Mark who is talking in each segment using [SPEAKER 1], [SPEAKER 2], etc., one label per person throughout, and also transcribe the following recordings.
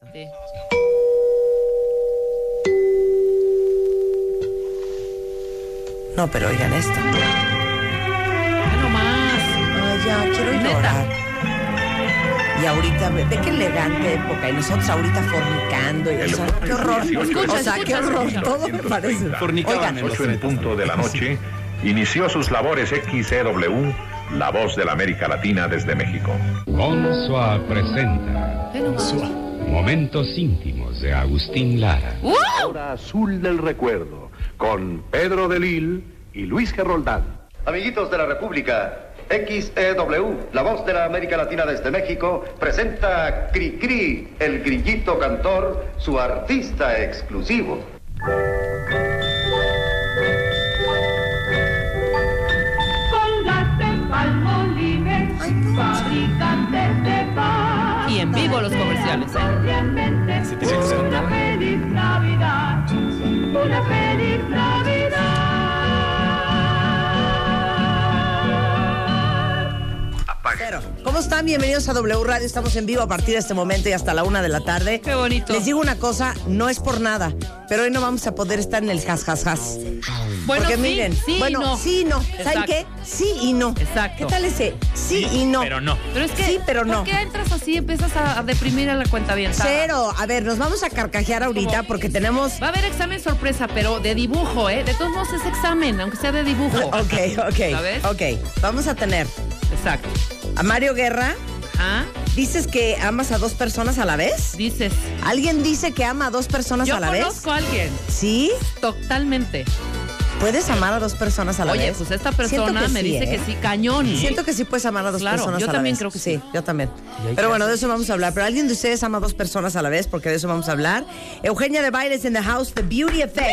[SPEAKER 1] Adelante.
[SPEAKER 2] No, pero oigan esto.
[SPEAKER 1] Ya no más.
[SPEAKER 2] Ay, ya, quiero
[SPEAKER 1] Neta.
[SPEAKER 2] llorar. Y ahorita, ve, ve qué elegante época. Y nosotros ahorita fornicando. Y, o sea, qué horror.
[SPEAKER 1] Escucha,
[SPEAKER 2] o sea, qué
[SPEAKER 1] escucha,
[SPEAKER 2] horror.
[SPEAKER 1] escucha.
[SPEAKER 2] Todo me parece.
[SPEAKER 3] Fornicaban
[SPEAKER 2] Oigan,
[SPEAKER 3] en los
[SPEAKER 4] 8 en punto de la noche, inició sus labores XCW, la voz de la América Latina desde México.
[SPEAKER 5] Bonsoir presenta
[SPEAKER 1] Ve nomás.
[SPEAKER 5] Momentos íntimos de Agustín Lara.
[SPEAKER 1] ¡Uh!
[SPEAKER 6] Hora Azul del Recuerdo, con Pedro de Lil y Luis Geroldán.
[SPEAKER 7] Amiguitos de la República, XEW, la voz de la América Latina desde México, presenta Cricri, el grillito cantor, su artista exclusivo.
[SPEAKER 1] Y en vivo los comerciales. ¿eh?
[SPEAKER 2] Cero. ¿Cómo están? Bienvenidos a W Radio. Estamos en vivo a partir de este momento y hasta la una de la tarde.
[SPEAKER 1] Qué bonito.
[SPEAKER 2] Les digo una cosa, no es por nada, pero hoy no vamos a poder estar en el has, has, has.
[SPEAKER 1] Bueno,
[SPEAKER 2] Porque
[SPEAKER 1] sí,
[SPEAKER 2] miren,
[SPEAKER 1] sí, y
[SPEAKER 2] bueno,
[SPEAKER 1] no.
[SPEAKER 2] sí y no. ¿Saben
[SPEAKER 1] Exacto.
[SPEAKER 2] qué? Sí y no.
[SPEAKER 1] Exacto.
[SPEAKER 2] ¿Qué tal ese? Sí, y no.
[SPEAKER 8] Pero no.
[SPEAKER 1] Pero es que,
[SPEAKER 2] Sí, pero no.
[SPEAKER 1] ¿Por qué entras así y empiezas a, a deprimir a la cuenta bien?
[SPEAKER 2] Cero. A ver, nos vamos a carcajear ahorita
[SPEAKER 1] como-
[SPEAKER 2] porque tenemos.
[SPEAKER 1] Va a haber examen sorpresa, pero de dibujo, ¿eh? De todos modos es examen, aunque sea de dibujo.
[SPEAKER 2] Ok,
[SPEAKER 1] ¿Sabes?
[SPEAKER 2] ok. Ok. Vamos a tener
[SPEAKER 1] Exacto.
[SPEAKER 2] a Mario Guerra.
[SPEAKER 1] Ah,
[SPEAKER 2] ¿Dices que amas a dos personas a la vez?
[SPEAKER 1] dices.
[SPEAKER 2] ¿Alguien dice que ama a dos personas
[SPEAKER 1] Yo
[SPEAKER 2] a la vez?
[SPEAKER 1] conozco a alguien.
[SPEAKER 2] Sí.
[SPEAKER 1] Totalmente.
[SPEAKER 2] ¿Puedes amar a dos personas a la
[SPEAKER 1] Oye,
[SPEAKER 2] vez?
[SPEAKER 1] pues esta
[SPEAKER 2] Siento
[SPEAKER 1] persona
[SPEAKER 2] que
[SPEAKER 1] me
[SPEAKER 2] sí,
[SPEAKER 1] dice
[SPEAKER 2] ¿eh?
[SPEAKER 1] que sí, cañón.
[SPEAKER 2] Siento que sí puedes amar a dos
[SPEAKER 1] Claro,
[SPEAKER 2] personas
[SPEAKER 1] yo
[SPEAKER 2] a la
[SPEAKER 1] también
[SPEAKER 2] vez.
[SPEAKER 1] creo que sí.
[SPEAKER 2] yo también. Pero bueno, de eso vamos a hablar. Pero alguien de ustedes ama a dos personas a la vez, porque de eso vamos a hablar. Eugenia de Bailes in the House, The Beauty Effect.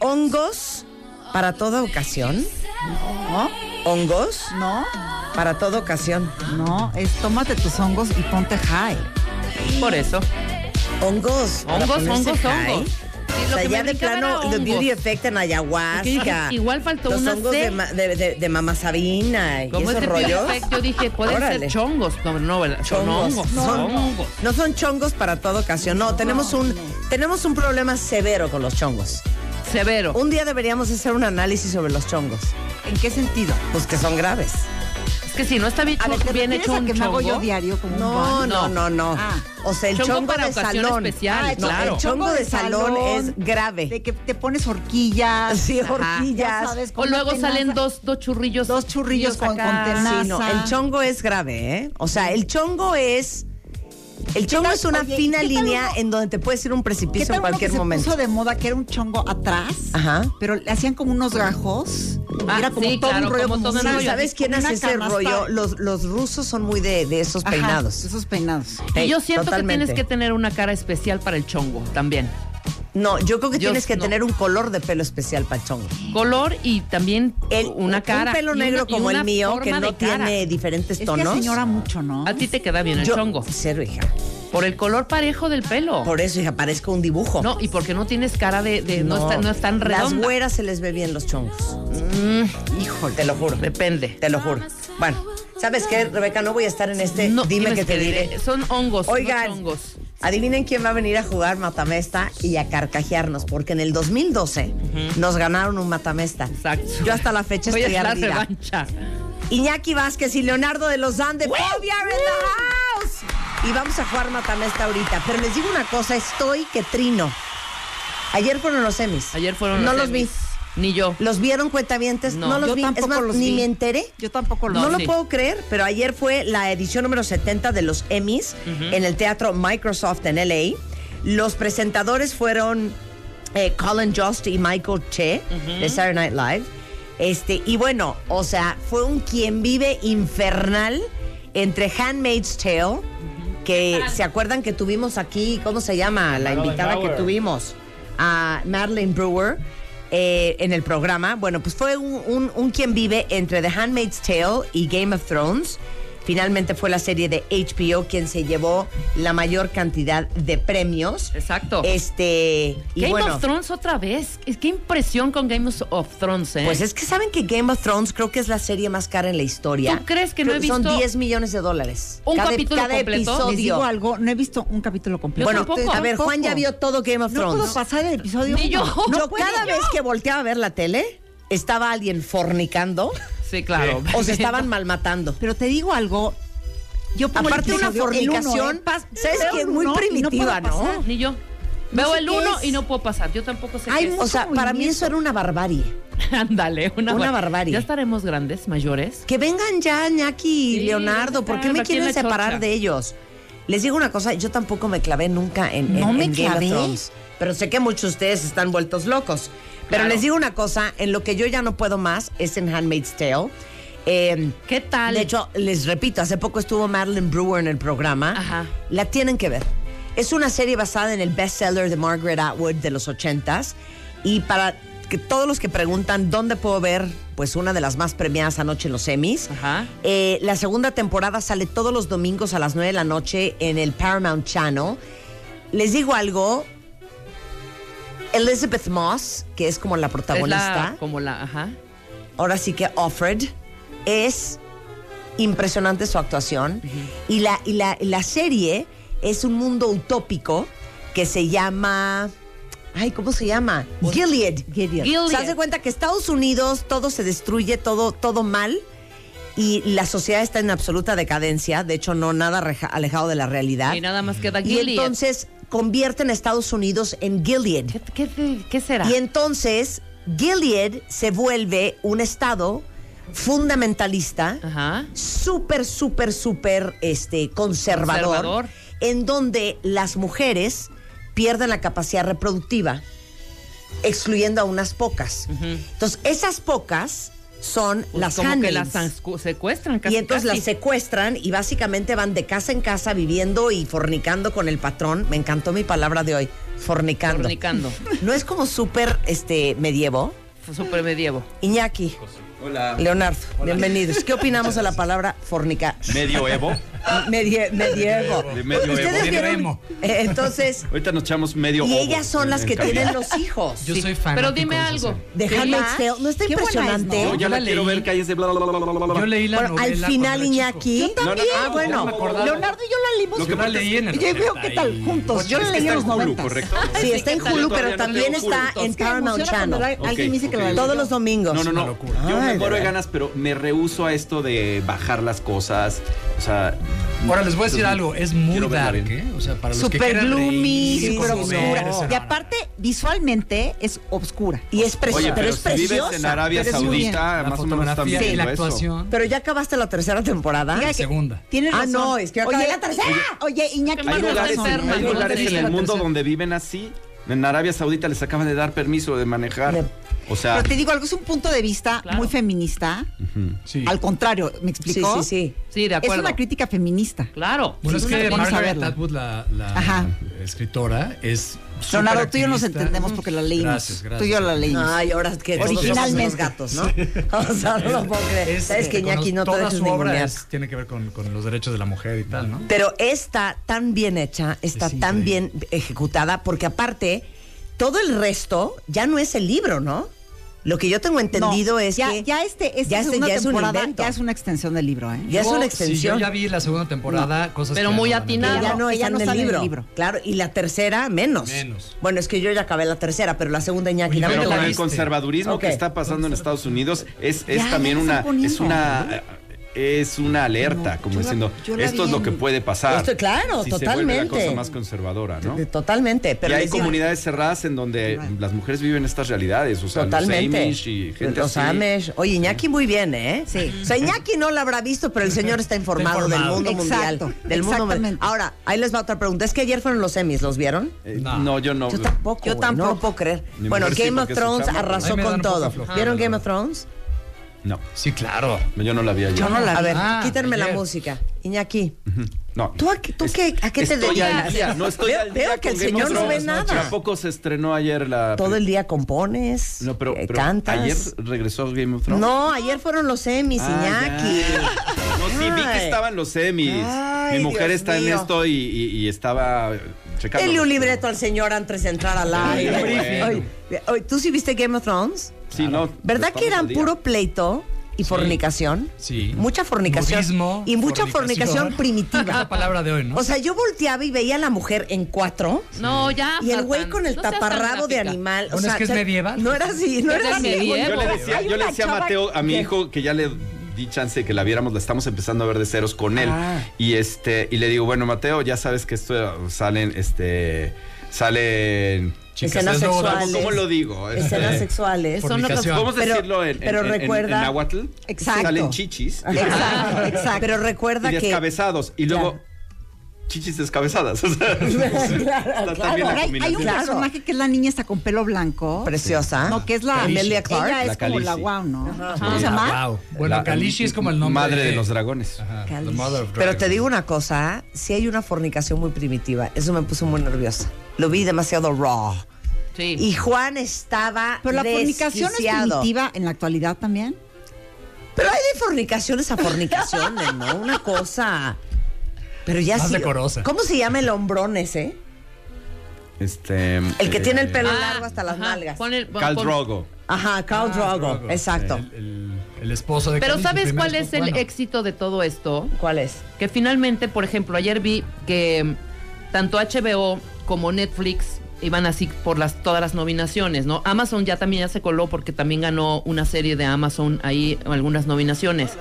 [SPEAKER 2] Hongos para toda ocasión.
[SPEAKER 9] No,
[SPEAKER 2] Hongos
[SPEAKER 9] no,
[SPEAKER 2] para toda ocasión.
[SPEAKER 9] no, es tómate tus hongos y ponte high.
[SPEAKER 1] Por eso.
[SPEAKER 2] Hongos. para
[SPEAKER 1] Hongos,
[SPEAKER 2] ponerse
[SPEAKER 1] hongos,
[SPEAKER 2] high.
[SPEAKER 1] hongos. Sí,
[SPEAKER 2] O
[SPEAKER 1] lo
[SPEAKER 2] sea,
[SPEAKER 1] que
[SPEAKER 2] ya
[SPEAKER 1] me
[SPEAKER 2] de
[SPEAKER 1] brincaban era
[SPEAKER 2] plano, The
[SPEAKER 1] hongos.
[SPEAKER 2] Beauty Effect en
[SPEAKER 1] Porque dije,
[SPEAKER 2] ayahuasca.
[SPEAKER 1] igual faltó
[SPEAKER 2] los
[SPEAKER 1] una
[SPEAKER 2] hongos
[SPEAKER 1] C.
[SPEAKER 2] de, ma- de, de- de mamá Sabina y
[SPEAKER 1] Como
[SPEAKER 2] esos
[SPEAKER 1] este
[SPEAKER 2] rollos.
[SPEAKER 1] perfect, yo dije, pueden
[SPEAKER 2] Órale.
[SPEAKER 1] ser chongos. No, no, ¿verdad? son hongos.
[SPEAKER 2] No,
[SPEAKER 1] Son
[SPEAKER 2] no.
[SPEAKER 1] hongos.
[SPEAKER 2] No son chongos para toda ocasión. No, tenemos un tenemos un problema severo con los chongos.
[SPEAKER 1] Severo.
[SPEAKER 2] Un día deberíamos hacer un análisis sobre los chongos,
[SPEAKER 9] ¿En qué sentido?
[SPEAKER 2] pues que son graves.
[SPEAKER 1] Es que si no está bien,
[SPEAKER 9] A ver, ¿te
[SPEAKER 1] bien
[SPEAKER 9] refieres
[SPEAKER 1] hecho
[SPEAKER 9] a
[SPEAKER 1] un
[SPEAKER 9] que me hago yo
[SPEAKER 1] chongo.
[SPEAKER 9] diario como
[SPEAKER 2] No,
[SPEAKER 9] un
[SPEAKER 2] no,
[SPEAKER 1] no.
[SPEAKER 2] no, no.
[SPEAKER 9] Ah.
[SPEAKER 2] O sea, el chongo,
[SPEAKER 1] Chongo para
[SPEAKER 2] de
[SPEAKER 1] ocasión
[SPEAKER 2] salón.
[SPEAKER 1] especial,
[SPEAKER 2] no,
[SPEAKER 1] claro.
[SPEAKER 2] El chongo de salón es
[SPEAKER 9] De
[SPEAKER 2] grave.
[SPEAKER 9] que te pones horquillas.
[SPEAKER 2] Sí,
[SPEAKER 9] Ajá.
[SPEAKER 2] horquillas.
[SPEAKER 9] Ya sabes,
[SPEAKER 1] O
[SPEAKER 9] con
[SPEAKER 1] luego
[SPEAKER 9] una
[SPEAKER 1] salen
[SPEAKER 9] tenaza.
[SPEAKER 1] dos, dos churrillos.
[SPEAKER 9] Dos churrillos con-
[SPEAKER 1] acá.
[SPEAKER 9] con tenaza.
[SPEAKER 2] Sí, no, el chongo es grave, ¿eh? O sea, el chongo es el chongo
[SPEAKER 9] tal-
[SPEAKER 2] es una
[SPEAKER 9] oye,
[SPEAKER 2] fina
[SPEAKER 9] ¿qué tal
[SPEAKER 2] línea
[SPEAKER 9] uno-
[SPEAKER 2] en donde te puedes ir a un
[SPEAKER 9] ¿Qué
[SPEAKER 2] precipicio
[SPEAKER 9] tal
[SPEAKER 2] en cualquier
[SPEAKER 9] uno que
[SPEAKER 2] momento.
[SPEAKER 9] se puso de moda que era un chongo atrás?
[SPEAKER 2] Ajá.
[SPEAKER 9] Pero le hacían como unos gajos.
[SPEAKER 1] Ah,
[SPEAKER 9] y era como
[SPEAKER 1] sí,
[SPEAKER 9] todo
[SPEAKER 1] claro,
[SPEAKER 9] un rollo.
[SPEAKER 1] como todo un
[SPEAKER 9] una-
[SPEAKER 1] rollo.
[SPEAKER 2] ¿Sabes quién
[SPEAKER 9] una
[SPEAKER 2] hace ese
[SPEAKER 9] canasta.
[SPEAKER 2] rollo? Los, los rusos son muy de, de esos
[SPEAKER 9] Ajá,
[SPEAKER 2] peinados.
[SPEAKER 9] Esos peinados.
[SPEAKER 1] Y yo
[SPEAKER 2] Sí,
[SPEAKER 1] siento que
[SPEAKER 2] totalmente.
[SPEAKER 1] tienes que tener una cara especial para el chongo también.
[SPEAKER 2] No, yo creo que
[SPEAKER 1] Yo
[SPEAKER 2] tienes que
[SPEAKER 1] no.
[SPEAKER 2] tener un color de pelo especial, Pachón.
[SPEAKER 1] Color y también una cara.
[SPEAKER 2] Un pelo
[SPEAKER 1] y una-
[SPEAKER 2] negro
[SPEAKER 1] y
[SPEAKER 2] como el
[SPEAKER 1] una
[SPEAKER 2] mío,
[SPEAKER 1] forma
[SPEAKER 2] que no
[SPEAKER 1] de cara.
[SPEAKER 2] tiene diferentes
[SPEAKER 9] Es que
[SPEAKER 2] tonos.
[SPEAKER 9] señora mucho, ¿no?
[SPEAKER 1] A ti te queda bien el
[SPEAKER 2] Yo-
[SPEAKER 1] chongo.
[SPEAKER 2] Cero, hija.
[SPEAKER 1] Por el color parejo del pelo.
[SPEAKER 2] Por eso, hija, parezco un dibujo.
[SPEAKER 1] No, y porque no tienes cara de. de- no, está- no es tan
[SPEAKER 2] Las
[SPEAKER 1] redonda. Mm,
[SPEAKER 2] güeras se les ve bien los chongos.
[SPEAKER 1] Híjole. Te lo juro. Depende.
[SPEAKER 2] Te lo juro. Bueno, ¿sabes qué, Rebeca? No voy a estar en este.
[SPEAKER 1] No,
[SPEAKER 2] dime, que te diré.
[SPEAKER 1] Son hongos.
[SPEAKER 2] Oigan,
[SPEAKER 1] no chongos.
[SPEAKER 2] adivinen quién va a venir a jugar matamesta y a carcajearnos, porque en el 2012 nos ganaron un matamesta.
[SPEAKER 1] Exacto.
[SPEAKER 2] Yo hasta la fecha
[SPEAKER 1] Hoy
[SPEAKER 2] estoy
[SPEAKER 1] es la
[SPEAKER 2] ardida.
[SPEAKER 1] revancha.
[SPEAKER 2] Iñaki Vázquez y Leonardo de los Dan de Fobia in the house. Y vamos a jugar matamesta ahorita. Pero les digo una cosa, estoy que trino. Ayer fueron los semis.
[SPEAKER 1] Ayer fueron
[SPEAKER 2] No
[SPEAKER 1] los
[SPEAKER 2] los vi.
[SPEAKER 1] Emmys. Ni yo.
[SPEAKER 2] ¿Los vieron cuentavientes? No,
[SPEAKER 1] No.
[SPEAKER 2] los
[SPEAKER 9] Yo
[SPEAKER 2] vi. Es
[SPEAKER 9] tampoco
[SPEAKER 2] más,
[SPEAKER 9] los
[SPEAKER 2] ni
[SPEAKER 9] vi.
[SPEAKER 2] me enteré.
[SPEAKER 9] Yo tampoco lo
[SPEAKER 2] No,
[SPEAKER 1] No,
[SPEAKER 2] lo
[SPEAKER 1] sí.
[SPEAKER 2] puedo creer, pero ayer fue la edición número 70 de los Emmys en el teatro Microsoft en LA. Los presentadores fueron eh, Colin Jost y Michael Che de Saturday Night Live. Este, y bueno, o sea, fue un quien vive infernal entre Handmaid's Tale, que se acuerdan que tuvimos aquí, ¿cómo se llama? La invitada que tuvimos, a Madeleine Brewer. eh, en el programa, bueno, pues fue un, un- un quien vive entre The Handmaid's Tale y Game of Thrones. Finalmente fue la serie de HBO quien se llevó la mayor cantidad de premios.
[SPEAKER 1] Exacto.
[SPEAKER 2] Este. Y
[SPEAKER 1] Game
[SPEAKER 2] bueno,
[SPEAKER 1] of Thrones otra vez. Es- Qué impresión con Game of Thrones, ¿eh?
[SPEAKER 2] Pues es que saben que Game of Thrones creo que es la serie más cara en la historia.
[SPEAKER 1] ¿Tú crees que no he
[SPEAKER 2] Son
[SPEAKER 1] visto
[SPEAKER 2] 10 millones de dólares.
[SPEAKER 1] un capítulo
[SPEAKER 2] cada
[SPEAKER 1] completo?
[SPEAKER 2] Episodio.
[SPEAKER 9] Les digo algo, no he visto un capítulo completo.
[SPEAKER 2] bueno,
[SPEAKER 1] tampoco.
[SPEAKER 2] a ver, Juan ya vio todo Game of
[SPEAKER 9] No
[SPEAKER 2] Thrones.
[SPEAKER 9] puedo pasar el episodio.
[SPEAKER 1] Ni yo.
[SPEAKER 9] uno.
[SPEAKER 2] yo
[SPEAKER 9] No puedo.
[SPEAKER 2] cada vez que volteaba a ver la tele, estaba alguien fornicando
[SPEAKER 1] Sí, claro.
[SPEAKER 2] o se estaban malmatando.
[SPEAKER 9] Pero te digo algo. Yo pongo el
[SPEAKER 2] Aparte una
[SPEAKER 9] episodio, el uno,
[SPEAKER 2] fornicación,
[SPEAKER 9] ¿eh? Pas-
[SPEAKER 2] ¿sabes
[SPEAKER 9] veo
[SPEAKER 2] qué?
[SPEAKER 9] uno
[SPEAKER 2] Muy
[SPEAKER 9] y no puedo
[SPEAKER 2] primitiva, ¿no?
[SPEAKER 9] pasar.
[SPEAKER 1] Ni yo.
[SPEAKER 9] No
[SPEAKER 1] Veo
[SPEAKER 9] sé
[SPEAKER 1] el
[SPEAKER 9] qué
[SPEAKER 1] uno
[SPEAKER 9] es.
[SPEAKER 1] y no puedo pasar. Yo tampoco sé
[SPEAKER 2] Ay,
[SPEAKER 1] qué es.
[SPEAKER 2] o sea,
[SPEAKER 9] mucho
[SPEAKER 2] para mí eso era una barbarie.
[SPEAKER 1] Ándale, una,
[SPEAKER 2] Una
[SPEAKER 1] bar-
[SPEAKER 2] barbarie.
[SPEAKER 1] Ya estaremos grandes, mayores.
[SPEAKER 2] Que vengan ya Ñaki y
[SPEAKER 1] Sí,
[SPEAKER 2] Leonardo, ¿por qué
[SPEAKER 1] claro,
[SPEAKER 2] me
[SPEAKER 1] aquí en
[SPEAKER 2] quieren
[SPEAKER 1] la
[SPEAKER 2] separar
[SPEAKER 1] chocha.
[SPEAKER 2] de ellos? Les digo una cosa, yo tampoco me clavé nunca en, en-
[SPEAKER 9] No me
[SPEAKER 2] en Game of
[SPEAKER 9] clavé.
[SPEAKER 2] Thrones, pero sé que muchos de ustedes están vueltos locos. Pero
[SPEAKER 1] Claro.
[SPEAKER 2] les digo una cosa, en lo que yo ya no puedo más es en Handmaid's Tale. Eh,
[SPEAKER 1] ¿Qué tal?
[SPEAKER 2] De hecho, les repito, hace poco estuvo Madeline Brewer en el programa.
[SPEAKER 1] Ajá.
[SPEAKER 2] La tienen que ver. Es una serie basada en el bestseller de Margaret Atwood de los 80s. Y para que todos los que preguntan dónde puedo ver, pues una de las más premiadas anoche en los Emmys.
[SPEAKER 1] Ajá.
[SPEAKER 2] Eh, la segunda temporada sale todos los domingos a las 9 de la noche en el Paramount Channel. Les digo algo. Elizabeth Moss, que es como la
[SPEAKER 1] Es
[SPEAKER 2] protagonista
[SPEAKER 1] la, como la, ajá.
[SPEAKER 2] ahora sí que Offred, es impresionante su actuación. Y, la, y la, y la serie es un mundo utópico que se llama. Ay, ¿cómo se llama? Gilead.
[SPEAKER 1] Gilead.
[SPEAKER 2] Se hace cuenta que Estados Unidos todo se destruye, todo, todo mal. Y la sociedad está en absoluta decadencia, de hecho no nada reja- alejado de la realidad.
[SPEAKER 1] Y nada más queda
[SPEAKER 2] Ah. Y
[SPEAKER 1] Gilead.
[SPEAKER 2] entonces convierten a Estados Unidos en Gilead.
[SPEAKER 1] ¿Qué, qué, qué será?
[SPEAKER 2] Y entonces Gilead se vuelve un estado fundamentalista,
[SPEAKER 1] Ajá.
[SPEAKER 2] súper, súper, súper este, conservador,
[SPEAKER 1] Conservador.
[SPEAKER 2] en donde las mujeres pierden la capacidad reproductiva, excluyendo a unas pocas. Entonces, esas pocas son
[SPEAKER 1] Pues
[SPEAKER 2] las
[SPEAKER 1] como que las
[SPEAKER 2] handmaids.
[SPEAKER 1] sanscu- secuestran casi.
[SPEAKER 2] Y entonces
[SPEAKER 1] casi.
[SPEAKER 2] las secuestran y básicamente van de casa en casa viviendo y fornicando con el patrón. Me encantó mi palabra de hoy, fornicando.
[SPEAKER 1] Fornicando.
[SPEAKER 2] ¿No es como súper este, medievo?
[SPEAKER 1] Fue Súper medievo.
[SPEAKER 2] Iñaki. Leonardo, bienvenidos. ¿Qué opinamos de la palabra fornicar?
[SPEAKER 3] Medio Evo.
[SPEAKER 2] Medie- medievo.
[SPEAKER 3] De medio
[SPEAKER 2] ¿Ustedes
[SPEAKER 3] Evo.
[SPEAKER 2] vieron? Eh, entonces,
[SPEAKER 3] Ahorita nos echamos medio
[SPEAKER 2] y
[SPEAKER 3] ovo
[SPEAKER 2] ellas son
[SPEAKER 3] en-
[SPEAKER 2] las
[SPEAKER 3] en
[SPEAKER 2] que
[SPEAKER 3] cabina.
[SPEAKER 2] tienen los hijos.
[SPEAKER 8] Yo
[SPEAKER 1] Sí.
[SPEAKER 8] soy fan.
[SPEAKER 1] Pero dime algo. ah,
[SPEAKER 2] De
[SPEAKER 1] ¿Qué
[SPEAKER 2] Handmaid's
[SPEAKER 1] más?
[SPEAKER 2] Tale. ¿No está
[SPEAKER 9] Qué buena es,
[SPEAKER 2] impresionante?
[SPEAKER 9] ¿no?
[SPEAKER 3] Yo ya
[SPEAKER 8] Yo la
[SPEAKER 3] la quiero
[SPEAKER 8] leí.
[SPEAKER 3] ver calles de bla bla bla bla bla bla.
[SPEAKER 8] Yo leí la
[SPEAKER 2] Bueno, al
[SPEAKER 8] novela
[SPEAKER 2] final,
[SPEAKER 8] cuando era
[SPEAKER 2] Iñaki.
[SPEAKER 8] chico.
[SPEAKER 2] Yo también.
[SPEAKER 3] ah,
[SPEAKER 2] bueno.
[SPEAKER 3] no me acordaba.
[SPEAKER 9] Leonardo y yo la leímos.
[SPEAKER 3] Lo que
[SPEAKER 8] Yo la
[SPEAKER 3] pasa
[SPEAKER 8] leí
[SPEAKER 3] es-
[SPEAKER 8] en el
[SPEAKER 9] Yo veo qué tal
[SPEAKER 8] 80 y-
[SPEAKER 9] juntos. Yo la
[SPEAKER 3] Pues Es que
[SPEAKER 9] leí en
[SPEAKER 3] está
[SPEAKER 9] los
[SPEAKER 3] en Hulu,
[SPEAKER 9] 90.
[SPEAKER 3] correcto.
[SPEAKER 2] Sí, está en
[SPEAKER 3] Yo
[SPEAKER 2] Hulu,
[SPEAKER 3] todavía
[SPEAKER 2] pero
[SPEAKER 3] no tengo
[SPEAKER 2] también
[SPEAKER 3] Hulu.
[SPEAKER 2] está en
[SPEAKER 9] Es que me
[SPEAKER 2] Paramount
[SPEAKER 9] emociona cuando
[SPEAKER 2] Channel.
[SPEAKER 9] la- Alguien me dice que
[SPEAKER 3] ok.
[SPEAKER 9] la leyó.
[SPEAKER 2] Todos los domingos.
[SPEAKER 3] No, no,
[SPEAKER 8] una
[SPEAKER 3] no.
[SPEAKER 8] locura.
[SPEAKER 3] Yo
[SPEAKER 2] Ay,
[SPEAKER 3] me
[SPEAKER 2] de
[SPEAKER 3] muero de
[SPEAKER 2] verdad.
[SPEAKER 3] ganas, pero me rehuso a esto de bajar las cosas. O sea.
[SPEAKER 8] Ahora les voy a decir
[SPEAKER 3] Entonces,
[SPEAKER 8] algo, es muy
[SPEAKER 3] quiero verla
[SPEAKER 8] dark,
[SPEAKER 3] bien.
[SPEAKER 8] ¿eh? O sea, para los que
[SPEAKER 9] Super
[SPEAKER 8] quieran
[SPEAKER 9] gloomy,
[SPEAKER 8] reírse,
[SPEAKER 9] super
[SPEAKER 8] comer,
[SPEAKER 9] oscura.
[SPEAKER 8] ese-
[SPEAKER 9] Y aparte, visualmente es oscura.
[SPEAKER 2] Y es precioso.
[SPEAKER 3] Oye,
[SPEAKER 2] pero,
[SPEAKER 3] pero
[SPEAKER 2] es
[SPEAKER 3] si vives
[SPEAKER 2] preciosa.
[SPEAKER 3] en Arabia
[SPEAKER 9] pero es muy bien.
[SPEAKER 3] Saudita,
[SPEAKER 8] la
[SPEAKER 3] más o menos
[SPEAKER 8] fotografía
[SPEAKER 3] también.
[SPEAKER 8] y la actuación.
[SPEAKER 2] Pero ya acabaste la tercera temporada.
[SPEAKER 9] Mira que-
[SPEAKER 8] segunda.
[SPEAKER 9] Tienes
[SPEAKER 2] Ah,
[SPEAKER 9] razón.
[SPEAKER 2] no, es que yo acabé
[SPEAKER 9] Oye,
[SPEAKER 2] la tercera.
[SPEAKER 9] Oye, Iñaki,
[SPEAKER 3] Hay
[SPEAKER 1] Imagínate,
[SPEAKER 3] lugares,
[SPEAKER 1] enferma,
[SPEAKER 3] en, hay
[SPEAKER 1] ¿no?
[SPEAKER 3] lugares en
[SPEAKER 1] Dice
[SPEAKER 3] el
[SPEAKER 1] la
[SPEAKER 3] mundo
[SPEAKER 1] tercera.
[SPEAKER 3] donde viven así. En Arabia Saudita les acaban de dar permiso de
[SPEAKER 2] De-
[SPEAKER 3] manejar. O sea, mm.
[SPEAKER 9] Pero te digo algo, es un punto de vista
[SPEAKER 1] Claro.
[SPEAKER 9] muy feminista.
[SPEAKER 3] ujú.
[SPEAKER 8] Sí.
[SPEAKER 9] Al contrario, ¿me
[SPEAKER 2] Sí,
[SPEAKER 9] explicó?
[SPEAKER 2] sí, sí.
[SPEAKER 1] Sí, de
[SPEAKER 9] Es
[SPEAKER 1] acuerdo.
[SPEAKER 9] una crítica feminista.
[SPEAKER 1] Claro.
[SPEAKER 8] Bueno,
[SPEAKER 9] Sí,
[SPEAKER 8] es
[SPEAKER 9] no
[SPEAKER 8] que
[SPEAKER 9] la- vamos a
[SPEAKER 8] Margaret
[SPEAKER 9] verla.
[SPEAKER 8] Atwood, la, la
[SPEAKER 9] Ajá.
[SPEAKER 8] escritora, es
[SPEAKER 9] Leonardo, tú y yo nos
[SPEAKER 8] superactivista.
[SPEAKER 9] entendemos porque la leímos.
[SPEAKER 8] Gracias, gracias.
[SPEAKER 9] Tú y yo la leímos.
[SPEAKER 2] Ay, ahora que todos somos
[SPEAKER 9] Originalmente.
[SPEAKER 2] unos gatos, ¿no? O sea, no lo puedo creer.
[SPEAKER 8] Es-
[SPEAKER 2] Sabes que
[SPEAKER 8] con
[SPEAKER 2] Iñaki no te
[SPEAKER 8] toda
[SPEAKER 2] dejes
[SPEAKER 8] su obra
[SPEAKER 2] ningunear.
[SPEAKER 8] es- tiene que ver con, con los derechos de la mujer y tal, ¿no?
[SPEAKER 2] Pero está tan bien hecha, está
[SPEAKER 8] Es
[SPEAKER 2] tan bien
[SPEAKER 8] increíble.
[SPEAKER 2] ejecutada, porque aparte, todo el resto ya no es el libro, ¿no? Lo que yo tengo entendido
[SPEAKER 9] No,
[SPEAKER 2] es
[SPEAKER 9] ya,
[SPEAKER 2] que
[SPEAKER 9] ya este, esta
[SPEAKER 2] ya este-
[SPEAKER 9] segunda
[SPEAKER 2] ya es un
[SPEAKER 9] temporada
[SPEAKER 2] invento.
[SPEAKER 9] ya es una extensión del libro, ¿eh?
[SPEAKER 2] ya es
[SPEAKER 8] Yo-
[SPEAKER 2] una
[SPEAKER 8] Sí, yo
[SPEAKER 2] extensión.
[SPEAKER 8] ya vi la segunda temporada, cosas
[SPEAKER 1] Pero
[SPEAKER 8] que
[SPEAKER 1] muy
[SPEAKER 8] no van a
[SPEAKER 1] atinado.
[SPEAKER 8] ver.
[SPEAKER 2] ya
[SPEAKER 9] no,
[SPEAKER 2] no,
[SPEAKER 9] que ya
[SPEAKER 2] están
[SPEAKER 9] no
[SPEAKER 2] en el
[SPEAKER 9] sale en el
[SPEAKER 2] libro.
[SPEAKER 9] libro.
[SPEAKER 2] Claro, y la tercera, menos.
[SPEAKER 8] Menos.
[SPEAKER 2] Bueno, es que yo ya acabé la tercera, pero la segunda Iñaki
[SPEAKER 8] Oye,
[SPEAKER 2] también
[SPEAKER 3] Pero
[SPEAKER 8] la
[SPEAKER 3] con el
[SPEAKER 8] viste.
[SPEAKER 3] conservadurismo
[SPEAKER 2] Ok.
[SPEAKER 3] que está pasando en Estados Unidos es, es
[SPEAKER 9] Ya,
[SPEAKER 3] también
[SPEAKER 9] ya
[SPEAKER 3] una
[SPEAKER 9] la están
[SPEAKER 3] es una es una alerta,
[SPEAKER 9] No,
[SPEAKER 3] como
[SPEAKER 9] yo la-
[SPEAKER 3] diciendo,
[SPEAKER 9] yo la
[SPEAKER 3] esto
[SPEAKER 9] vi
[SPEAKER 3] es lo
[SPEAKER 9] en-
[SPEAKER 3] que puede pasar.
[SPEAKER 2] Esto, claro,
[SPEAKER 3] si Se vuelve la
[SPEAKER 2] totalmente.
[SPEAKER 3] cosa más conservadora, ¿no?
[SPEAKER 2] Eh, Totalmente. Pero
[SPEAKER 3] y hay
[SPEAKER 2] les digo-
[SPEAKER 3] comunidades cerradas en donde las mujeres viven estas realidades, o sea,
[SPEAKER 2] Totalmente.
[SPEAKER 3] los Amish y gente
[SPEAKER 2] Los
[SPEAKER 3] así.
[SPEAKER 2] Amish. Oye, Iñaki muy bien, ¿eh?
[SPEAKER 9] Sí.
[SPEAKER 2] O sea, Iñaki no la habrá visto, pero el señor está informado,
[SPEAKER 8] Está informado.
[SPEAKER 2] del mundo
[SPEAKER 9] Exacto,
[SPEAKER 2] mundial. Del mundo mundial.
[SPEAKER 9] exactamente.
[SPEAKER 2] Ahora, ahí les va otra pregunta. Es que ayer fueron los Emmys, ¿los vieron?
[SPEAKER 3] Eh,
[SPEAKER 8] No.
[SPEAKER 3] no. yo no.
[SPEAKER 2] Yo tampoco.
[SPEAKER 9] Yo
[SPEAKER 2] güey, No
[SPEAKER 9] tampoco.
[SPEAKER 2] lo puedo creer.
[SPEAKER 3] Mi
[SPEAKER 2] Bueno,
[SPEAKER 3] mujer sí,
[SPEAKER 2] Game of
[SPEAKER 3] porque es su
[SPEAKER 2] Thrones
[SPEAKER 3] chama, pero-
[SPEAKER 8] Ahí
[SPEAKER 2] arrasó
[SPEAKER 8] me dan
[SPEAKER 2] con
[SPEAKER 8] un poco
[SPEAKER 2] todo.
[SPEAKER 8] de flojera,
[SPEAKER 2] ¿Vieron
[SPEAKER 8] la
[SPEAKER 2] Game of
[SPEAKER 8] verdad.
[SPEAKER 2] Thrones?
[SPEAKER 3] No,
[SPEAKER 8] Sí, claro.
[SPEAKER 3] yo no la vi ayer.
[SPEAKER 9] Yo no la
[SPEAKER 2] A
[SPEAKER 9] vi.
[SPEAKER 2] ver,
[SPEAKER 8] Ah,
[SPEAKER 2] quítenme la
[SPEAKER 8] ayer.
[SPEAKER 2] música. Iñaki,
[SPEAKER 3] No.
[SPEAKER 2] ¿Tú a qué- tú qué- a qué te
[SPEAKER 3] Estoy al
[SPEAKER 2] dedicas?
[SPEAKER 3] día, No estoy
[SPEAKER 2] Veo-
[SPEAKER 3] al día
[SPEAKER 2] veo que el
[SPEAKER 3] con Game
[SPEAKER 2] señor
[SPEAKER 3] of
[SPEAKER 2] no ve
[SPEAKER 3] Thrones.
[SPEAKER 2] nada.
[SPEAKER 3] Tampoco se estrenó ayer la.
[SPEAKER 2] Todo el día compones,
[SPEAKER 3] No, pero,
[SPEAKER 2] eh,
[SPEAKER 3] pero
[SPEAKER 2] cantas.
[SPEAKER 3] ayer regresó Game of Thrones.
[SPEAKER 2] No, ayer fueron los Emmys,
[SPEAKER 3] Ah,
[SPEAKER 2] Iñaki.
[SPEAKER 3] ya. No, sí, vi que
[SPEAKER 2] Ay.
[SPEAKER 3] estaban los semis.
[SPEAKER 2] Ay,
[SPEAKER 3] Mi mujer
[SPEAKER 2] Dios
[SPEAKER 3] está en
[SPEAKER 2] mío.
[SPEAKER 3] esto y, y- y estaba checando.
[SPEAKER 2] Dele un libreto al señor antes de entrar al aire.
[SPEAKER 3] bueno.
[SPEAKER 2] Oye, oye, ¿Tú sí viste Game of Thrones?
[SPEAKER 3] Sí, no, pues,
[SPEAKER 2] ¿Verdad
[SPEAKER 3] estamos
[SPEAKER 8] Pues,
[SPEAKER 2] que
[SPEAKER 3] al
[SPEAKER 2] eran
[SPEAKER 3] día.
[SPEAKER 2] puro pleito y fornicación?
[SPEAKER 8] Sí.
[SPEAKER 2] Mucha fornicación.
[SPEAKER 8] Nudismo,
[SPEAKER 2] y mucha fornicación,
[SPEAKER 8] fornicación.
[SPEAKER 2] primitiva.
[SPEAKER 8] Es la palabra de hoy, ¿no?
[SPEAKER 2] O sea, yo volteaba y veía a la mujer en cuatro.
[SPEAKER 1] No, ya.
[SPEAKER 2] Y el güey
[SPEAKER 1] Farfán,
[SPEAKER 2] con el
[SPEAKER 1] no seas tan
[SPEAKER 2] taparrabo de
[SPEAKER 1] gráfica.
[SPEAKER 2] animal. o
[SPEAKER 8] Bueno,
[SPEAKER 2] sea,
[SPEAKER 8] es que es
[SPEAKER 2] ya-
[SPEAKER 8] medieval.
[SPEAKER 2] No era así, no
[SPEAKER 1] Es
[SPEAKER 2] era
[SPEAKER 1] el
[SPEAKER 2] así.
[SPEAKER 1] medievo.
[SPEAKER 3] Yo le decía,
[SPEAKER 2] Hay
[SPEAKER 3] yo le
[SPEAKER 2] una
[SPEAKER 3] decía a
[SPEAKER 2] chava
[SPEAKER 3] Mateo, a mi
[SPEAKER 2] que-
[SPEAKER 3] hijo, que ya le di chance de que la viéramos, la estamos empezando a ver de ceros con él.
[SPEAKER 2] Ah.
[SPEAKER 3] Y este, y le digo, bueno, Mateo, ya sabes que esto salen, este, salen.
[SPEAKER 2] escenas
[SPEAKER 8] desnudas.
[SPEAKER 2] sexuales.
[SPEAKER 3] ¿Cómo lo digo? Este,
[SPEAKER 2] Escenas sexuales.
[SPEAKER 1] Son otras-
[SPEAKER 8] Fornicación.
[SPEAKER 3] ¿Cómo
[SPEAKER 2] Pero-
[SPEAKER 3] decirlo en, en-
[SPEAKER 2] pero
[SPEAKER 3] en- en- en
[SPEAKER 2] recuerda-
[SPEAKER 3] náhuatl?
[SPEAKER 2] Exacto.
[SPEAKER 3] Salen chichis.
[SPEAKER 2] Exacto, exacto. Pero recuerda
[SPEAKER 3] y
[SPEAKER 2] que.
[SPEAKER 3] descabezados. Y luego, chichis descabezadas. O sea, está también la
[SPEAKER 9] Ahora hay, hay un
[SPEAKER 3] combinación.
[SPEAKER 2] Claro.
[SPEAKER 9] personaje que es la niña esta con pelo blanco.
[SPEAKER 2] Preciosa.
[SPEAKER 9] No, que es la
[SPEAKER 8] Calicia.
[SPEAKER 9] Amelia Clark. Ella es
[SPEAKER 3] La
[SPEAKER 9] como la
[SPEAKER 3] Calicia.
[SPEAKER 9] guau, ¿no? ¿Cómo
[SPEAKER 8] Ah,
[SPEAKER 9] se llama?
[SPEAKER 8] guau. Bueno,
[SPEAKER 3] La-
[SPEAKER 8] Kalishi es como el nombre.
[SPEAKER 3] Madre de los dragones.
[SPEAKER 8] Ajá, the
[SPEAKER 2] Calicia.
[SPEAKER 8] mother of
[SPEAKER 2] Pero
[SPEAKER 8] dragons.
[SPEAKER 2] te digo una cosa, si hay una fornicación muy primitiva, eso me puso muy nerviosa. Lo vi demasiado raw.
[SPEAKER 1] Sí.
[SPEAKER 2] Y Juan estaba
[SPEAKER 9] Pero la fornicación es
[SPEAKER 2] desquiciado.
[SPEAKER 9] primitiva en la actualidad también.
[SPEAKER 2] Pero hay de fornicaciones a fornicaciones, ¿no? Una cosa. Pero ya
[SPEAKER 8] Más
[SPEAKER 2] sí.
[SPEAKER 8] decorosa.
[SPEAKER 2] ¿Cómo se llama el hombrón ese?
[SPEAKER 3] Este,
[SPEAKER 2] El
[SPEAKER 8] Eh,
[SPEAKER 2] que tiene el pelo
[SPEAKER 1] Ah,
[SPEAKER 2] largo hasta las
[SPEAKER 1] ajá,
[SPEAKER 2] nalgas.
[SPEAKER 1] pon el- pon-
[SPEAKER 3] Cal
[SPEAKER 1] pon-
[SPEAKER 3] Drogo.
[SPEAKER 2] Ajá, Khal
[SPEAKER 8] Ah,
[SPEAKER 2] Drogo.
[SPEAKER 8] Drogo.
[SPEAKER 2] Exacto.
[SPEAKER 8] El, el- el esposo de
[SPEAKER 1] Pero
[SPEAKER 8] Khaleesi,
[SPEAKER 1] ¿sabes
[SPEAKER 8] primer
[SPEAKER 1] cuál es
[SPEAKER 8] esposo?
[SPEAKER 1] el
[SPEAKER 8] Pues Bueno,
[SPEAKER 1] éxito de todo esto?
[SPEAKER 2] ¿Cuál es?
[SPEAKER 1] Que finalmente, por ejemplo, ayer vi que mm, tanto HBO como Netflix iban así por las todas las nominaciones, ¿no? Amazon ya también ya se coló porque también ganó una serie de Amazon ahí algunas nominaciones.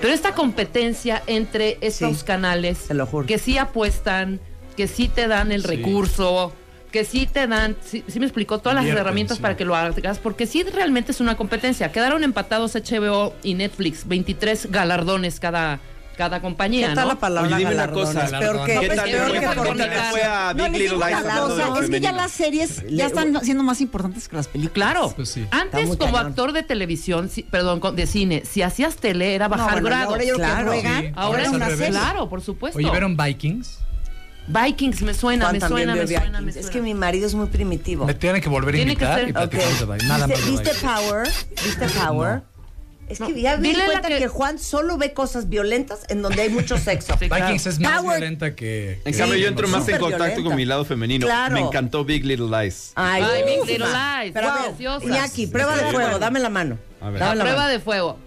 [SPEAKER 1] Pero esta competencia entre estos
[SPEAKER 2] Sí,
[SPEAKER 1] canales
[SPEAKER 2] te lo juro.
[SPEAKER 1] que sí apuestan, que sí te dan el
[SPEAKER 8] Sí.
[SPEAKER 1] recurso, que sí te dan, sí, sí me explicó todas las
[SPEAKER 8] Invierten,
[SPEAKER 1] herramientas
[SPEAKER 8] sí.
[SPEAKER 1] para que lo hagas, porque sí realmente es una competencia. Quedaron empatados HBO y Netflix, 23 galardones cada, cada
[SPEAKER 2] ¿Qué
[SPEAKER 1] compañía.
[SPEAKER 2] tal
[SPEAKER 1] ¿no?
[SPEAKER 2] la palabra
[SPEAKER 3] Oye, dime una
[SPEAKER 2] galardones?
[SPEAKER 3] cosa.
[SPEAKER 2] Peor que,
[SPEAKER 1] No,
[SPEAKER 3] ¿Qué
[SPEAKER 1] pues,
[SPEAKER 3] tal
[SPEAKER 1] peor
[SPEAKER 3] le
[SPEAKER 1] que
[SPEAKER 3] fue-
[SPEAKER 1] por
[SPEAKER 3] qué tal le fue a
[SPEAKER 9] No
[SPEAKER 3] Ah, Big
[SPEAKER 9] les
[SPEAKER 3] Little
[SPEAKER 9] digo
[SPEAKER 3] Lies
[SPEAKER 9] una
[SPEAKER 3] hablando de
[SPEAKER 9] cosa,
[SPEAKER 3] lo
[SPEAKER 9] es que ya
[SPEAKER 3] femenino?
[SPEAKER 9] las series
[SPEAKER 2] Le-
[SPEAKER 9] ya están siendo más importantes que las películas.
[SPEAKER 1] Claro.
[SPEAKER 8] Pues sí.
[SPEAKER 2] Está muy
[SPEAKER 1] Antes, como
[SPEAKER 2] cañón.
[SPEAKER 1] actor de televisión, si- perdón, con- de cine, si hacías tele era
[SPEAKER 9] No,
[SPEAKER 1] bajar
[SPEAKER 9] bueno, y
[SPEAKER 1] grados.
[SPEAKER 9] Ahora yo creo que
[SPEAKER 2] Claro.
[SPEAKER 9] juegan.
[SPEAKER 8] Sí.
[SPEAKER 1] Ahora
[SPEAKER 8] Ahora
[SPEAKER 1] es
[SPEAKER 8] es
[SPEAKER 1] una
[SPEAKER 8] al
[SPEAKER 1] serie.
[SPEAKER 8] revés.
[SPEAKER 1] Claro, por supuesto.
[SPEAKER 8] Oye, ¿vieron Vikings?
[SPEAKER 1] Vikings me suena,
[SPEAKER 2] Juan
[SPEAKER 1] me
[SPEAKER 2] también
[SPEAKER 1] suena,
[SPEAKER 2] vio
[SPEAKER 1] me suena,
[SPEAKER 2] Vikings.
[SPEAKER 1] me
[SPEAKER 2] Es
[SPEAKER 1] suena.
[SPEAKER 2] que mi marido es muy primitivo.
[SPEAKER 8] Me tienen que volver a
[SPEAKER 1] Tiene que
[SPEAKER 8] invitar
[SPEAKER 1] ser-
[SPEAKER 8] y
[SPEAKER 2] Ok.
[SPEAKER 8] platicamos de Vikings. Nada más
[SPEAKER 2] ¿Viste,
[SPEAKER 8] de
[SPEAKER 2] ¿Viste
[SPEAKER 8] Vikings.
[SPEAKER 2] Power? ¿Viste Power? Es que ya me di
[SPEAKER 1] Dile la
[SPEAKER 2] cuenta que...
[SPEAKER 1] que-
[SPEAKER 2] Juan solo ve cosas violentas en donde hay mucho sexo.
[SPEAKER 1] Sí, claro.
[SPEAKER 8] Vikings es más
[SPEAKER 2] Power.
[SPEAKER 8] violenta que.
[SPEAKER 3] En
[SPEAKER 8] que-
[SPEAKER 3] cambio, yo
[SPEAKER 8] que
[SPEAKER 3] entro
[SPEAKER 8] Amazon.
[SPEAKER 3] más en
[SPEAKER 2] Súper
[SPEAKER 3] contacto
[SPEAKER 2] violenta.
[SPEAKER 3] con mi lado femenino.
[SPEAKER 2] Claro. Ah.
[SPEAKER 3] Me encantó Big Little Lies.
[SPEAKER 2] Ay,
[SPEAKER 1] Ay, Big
[SPEAKER 2] uf.
[SPEAKER 1] Little Lies,
[SPEAKER 2] Pero a ver,
[SPEAKER 1] preciosas.
[SPEAKER 2] Iñaki, prueba de
[SPEAKER 3] Sí.
[SPEAKER 2] fuego, dame la mano.
[SPEAKER 3] A ver.
[SPEAKER 2] Dame la
[SPEAKER 1] Prueba
[SPEAKER 2] mano.
[SPEAKER 1] de fuego.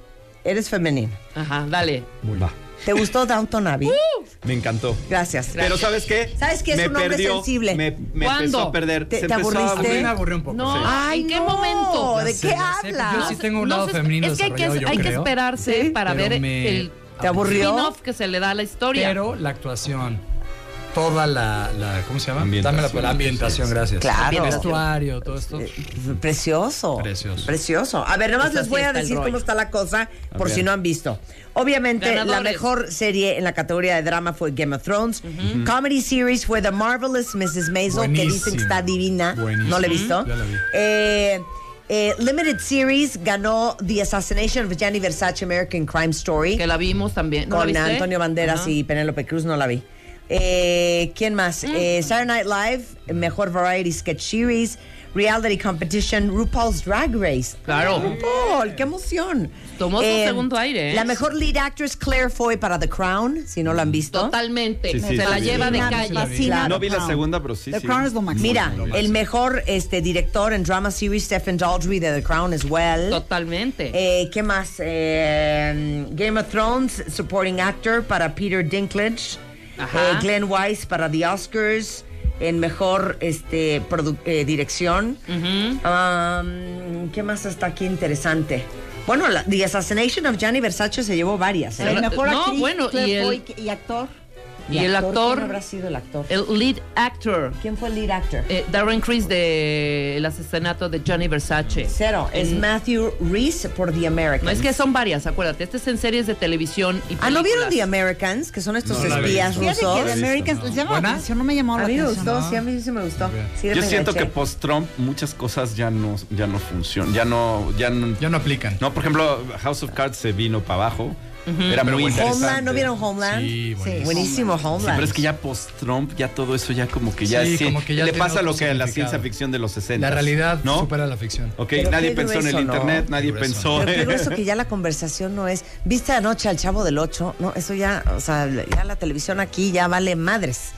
[SPEAKER 2] Eres femenina.
[SPEAKER 1] Ajá, dale.
[SPEAKER 3] Va.
[SPEAKER 2] ¿Te gustó Downton Abbey?
[SPEAKER 1] Uh.
[SPEAKER 3] Me encantó.
[SPEAKER 2] Gracias.
[SPEAKER 3] Pero ¿sabes qué?
[SPEAKER 2] ¿Sabes qué? Es
[SPEAKER 3] me
[SPEAKER 2] un hombre
[SPEAKER 3] perdió,
[SPEAKER 2] sensible.
[SPEAKER 3] Me, me
[SPEAKER 1] ¿Cuándo?
[SPEAKER 3] empezó a perder.
[SPEAKER 2] ¿Te-
[SPEAKER 3] Se
[SPEAKER 2] te
[SPEAKER 3] empezó a
[SPEAKER 8] A mí
[SPEAKER 2] aburriste?
[SPEAKER 8] me aburre un poco.
[SPEAKER 1] No,
[SPEAKER 8] sí.
[SPEAKER 2] Ay,
[SPEAKER 1] ¿En qué
[SPEAKER 2] no,
[SPEAKER 1] momento?
[SPEAKER 2] ¿De qué
[SPEAKER 8] Ya sé, ya sé,
[SPEAKER 2] hablas?
[SPEAKER 8] Yo sí tengo un lado
[SPEAKER 1] sé,
[SPEAKER 8] femenino
[SPEAKER 1] Es que hay que,
[SPEAKER 8] desarrollado, yo
[SPEAKER 1] hay que
[SPEAKER 8] creo.
[SPEAKER 1] esperarse
[SPEAKER 2] Sí.
[SPEAKER 1] para
[SPEAKER 8] Pero
[SPEAKER 1] ver
[SPEAKER 8] me-
[SPEAKER 1] el
[SPEAKER 2] ¿Te aburrió?
[SPEAKER 1] spin-off que se le da a la historia.
[SPEAKER 8] Pero la actuación, toda la, la- ¿cómo se llama?
[SPEAKER 3] Ambientación.
[SPEAKER 8] Dame la, la ambientación, gracias.
[SPEAKER 2] Claro.
[SPEAKER 8] El vestuario, todo esto.
[SPEAKER 2] Precioso.
[SPEAKER 8] Precioso.
[SPEAKER 2] Precioso. A ver, nomás
[SPEAKER 1] Pues
[SPEAKER 2] les
[SPEAKER 1] así
[SPEAKER 2] voy a
[SPEAKER 1] está el
[SPEAKER 2] decir
[SPEAKER 1] rollo.
[SPEAKER 2] cómo está la cosa,
[SPEAKER 3] A
[SPEAKER 2] por
[SPEAKER 3] ver.
[SPEAKER 2] si no han visto. Obviamente, la
[SPEAKER 1] Ganadores.
[SPEAKER 2] mejor serie en la categoría de drama fue Game of Thrones. Comedy series fue The Marvelous Mrs. Maisel, que dicen que
[SPEAKER 8] Buenísima.
[SPEAKER 2] está divina.
[SPEAKER 8] Buenísima.
[SPEAKER 2] No la he visto.
[SPEAKER 8] Ya la vi.
[SPEAKER 2] Eh, eh, limited Series ganó The Assassination of Gianni Versace American Crime Story
[SPEAKER 1] que la vimos también. ¿No la
[SPEAKER 2] con
[SPEAKER 1] viste?
[SPEAKER 2] Antonio Banderas
[SPEAKER 1] Ajá.
[SPEAKER 2] y Penélope Cruz, no la vi. Eh, ¿Quién más?
[SPEAKER 1] Mm.
[SPEAKER 2] Eh, Saturday Night Live, Mejor Variety Sketch Series, Reality Competition, RuPaul's Drag Race.
[SPEAKER 1] Claro.
[SPEAKER 2] RuPaul, qué emoción.
[SPEAKER 1] Tomó su segundo aire, ¿eh?
[SPEAKER 2] La mejor lead actress Claire Foy para The Crown, si no la han visto.
[SPEAKER 1] Totalmente.
[SPEAKER 3] Sí, sí,
[SPEAKER 1] se
[SPEAKER 3] sí,
[SPEAKER 1] la
[SPEAKER 3] sí,
[SPEAKER 1] lleva
[SPEAKER 3] sí,
[SPEAKER 1] de
[SPEAKER 9] Me
[SPEAKER 8] sí, la
[SPEAKER 1] calle.
[SPEAKER 8] vi.
[SPEAKER 9] fascina
[SPEAKER 3] No
[SPEAKER 9] The
[SPEAKER 3] vi la
[SPEAKER 9] Crown.
[SPEAKER 3] segunda, pero sí.
[SPEAKER 9] The
[SPEAKER 3] sí.
[SPEAKER 9] Crown es lo máximo.
[SPEAKER 2] Mira, el mejor este, director en drama series, Stephen Daldry de The Crown as well.
[SPEAKER 1] Totalmente.
[SPEAKER 2] Eh, ¿Qué más? Eh, Game of Thrones, supporting actor para Peter Dinklage.
[SPEAKER 1] Ajá.
[SPEAKER 2] Eh, Glenn Weiss para The Oscars. En mejor este, produ- eh, dirección. Um, ¿Qué más está aquí interesante? Bueno, la- The Assassination of Gianni Versace se llevó varias. ¿eh?
[SPEAKER 9] El mejor
[SPEAKER 1] No,
[SPEAKER 9] actriz,
[SPEAKER 1] bueno, y
[SPEAKER 9] Claire
[SPEAKER 1] el-
[SPEAKER 9] Foy, que- y actor.
[SPEAKER 1] y el actor, Eh.
[SPEAKER 2] ¿Quién habrá sido el actor?
[SPEAKER 1] el lead actor,
[SPEAKER 2] ¿Quién fue el lead actor?
[SPEAKER 1] eh, Darren Criss de El asesinato de Johnny Versace.
[SPEAKER 2] Cero. Es
[SPEAKER 1] En-
[SPEAKER 2] Matthew Reese por The Americans.
[SPEAKER 1] No, es que son varias, acuérdate. Este es en series de televisión y
[SPEAKER 2] Ah, ¿no vieron The
[SPEAKER 1] películas.
[SPEAKER 2] Americans? Que son estos
[SPEAKER 8] No la he
[SPEAKER 2] espías
[SPEAKER 8] visto.
[SPEAKER 9] Fíjate que
[SPEAKER 2] rusos.
[SPEAKER 9] The Americans les llama la
[SPEAKER 8] ¿Buena?
[SPEAKER 9] atención, no me llamó la
[SPEAKER 2] A mí me
[SPEAKER 9] atención.
[SPEAKER 2] gustó,
[SPEAKER 8] ¿no?
[SPEAKER 2] sí, a mí sí me gustó. Sí,
[SPEAKER 3] Yo
[SPEAKER 2] me
[SPEAKER 3] siento que
[SPEAKER 2] enganché.
[SPEAKER 3] post-Trump muchas cosas ya no, ya no funcionan. Ya no, ya no.
[SPEAKER 8] Ya no aplican.
[SPEAKER 3] No, por ejemplo, House of Cards se vino para abajo. Era
[SPEAKER 8] Pero
[SPEAKER 3] muy
[SPEAKER 8] bueno,
[SPEAKER 3] interesante.
[SPEAKER 2] Homeland, ¿no vieron Homeland?
[SPEAKER 8] Sí, buenísimo.
[SPEAKER 2] Buenísimo
[SPEAKER 3] Sí,
[SPEAKER 2] Homeland.
[SPEAKER 3] pero es que ya post-Trump, ya todo eso ya como que ya,
[SPEAKER 8] Sí,
[SPEAKER 3] es cien-
[SPEAKER 8] como que ya
[SPEAKER 3] le
[SPEAKER 8] tiene
[SPEAKER 3] pasa
[SPEAKER 8] otro
[SPEAKER 3] lo que a la
[SPEAKER 8] significado.
[SPEAKER 3] ciencia ficción de los 60.
[SPEAKER 8] La realidad
[SPEAKER 3] ¿no?
[SPEAKER 8] supera la ficción.
[SPEAKER 3] Ok,
[SPEAKER 2] Pero
[SPEAKER 3] nadie
[SPEAKER 2] qué
[SPEAKER 3] pensó en el
[SPEAKER 2] grueso, ¿no?
[SPEAKER 3] internet, nadie
[SPEAKER 8] Grueso.
[SPEAKER 3] pensó.
[SPEAKER 2] Pero qué grueso que ya la conversación no es. ¿Viste anoche al chavo del 8? No, eso ya, o sea, ya la televisión aquí ya vale madres.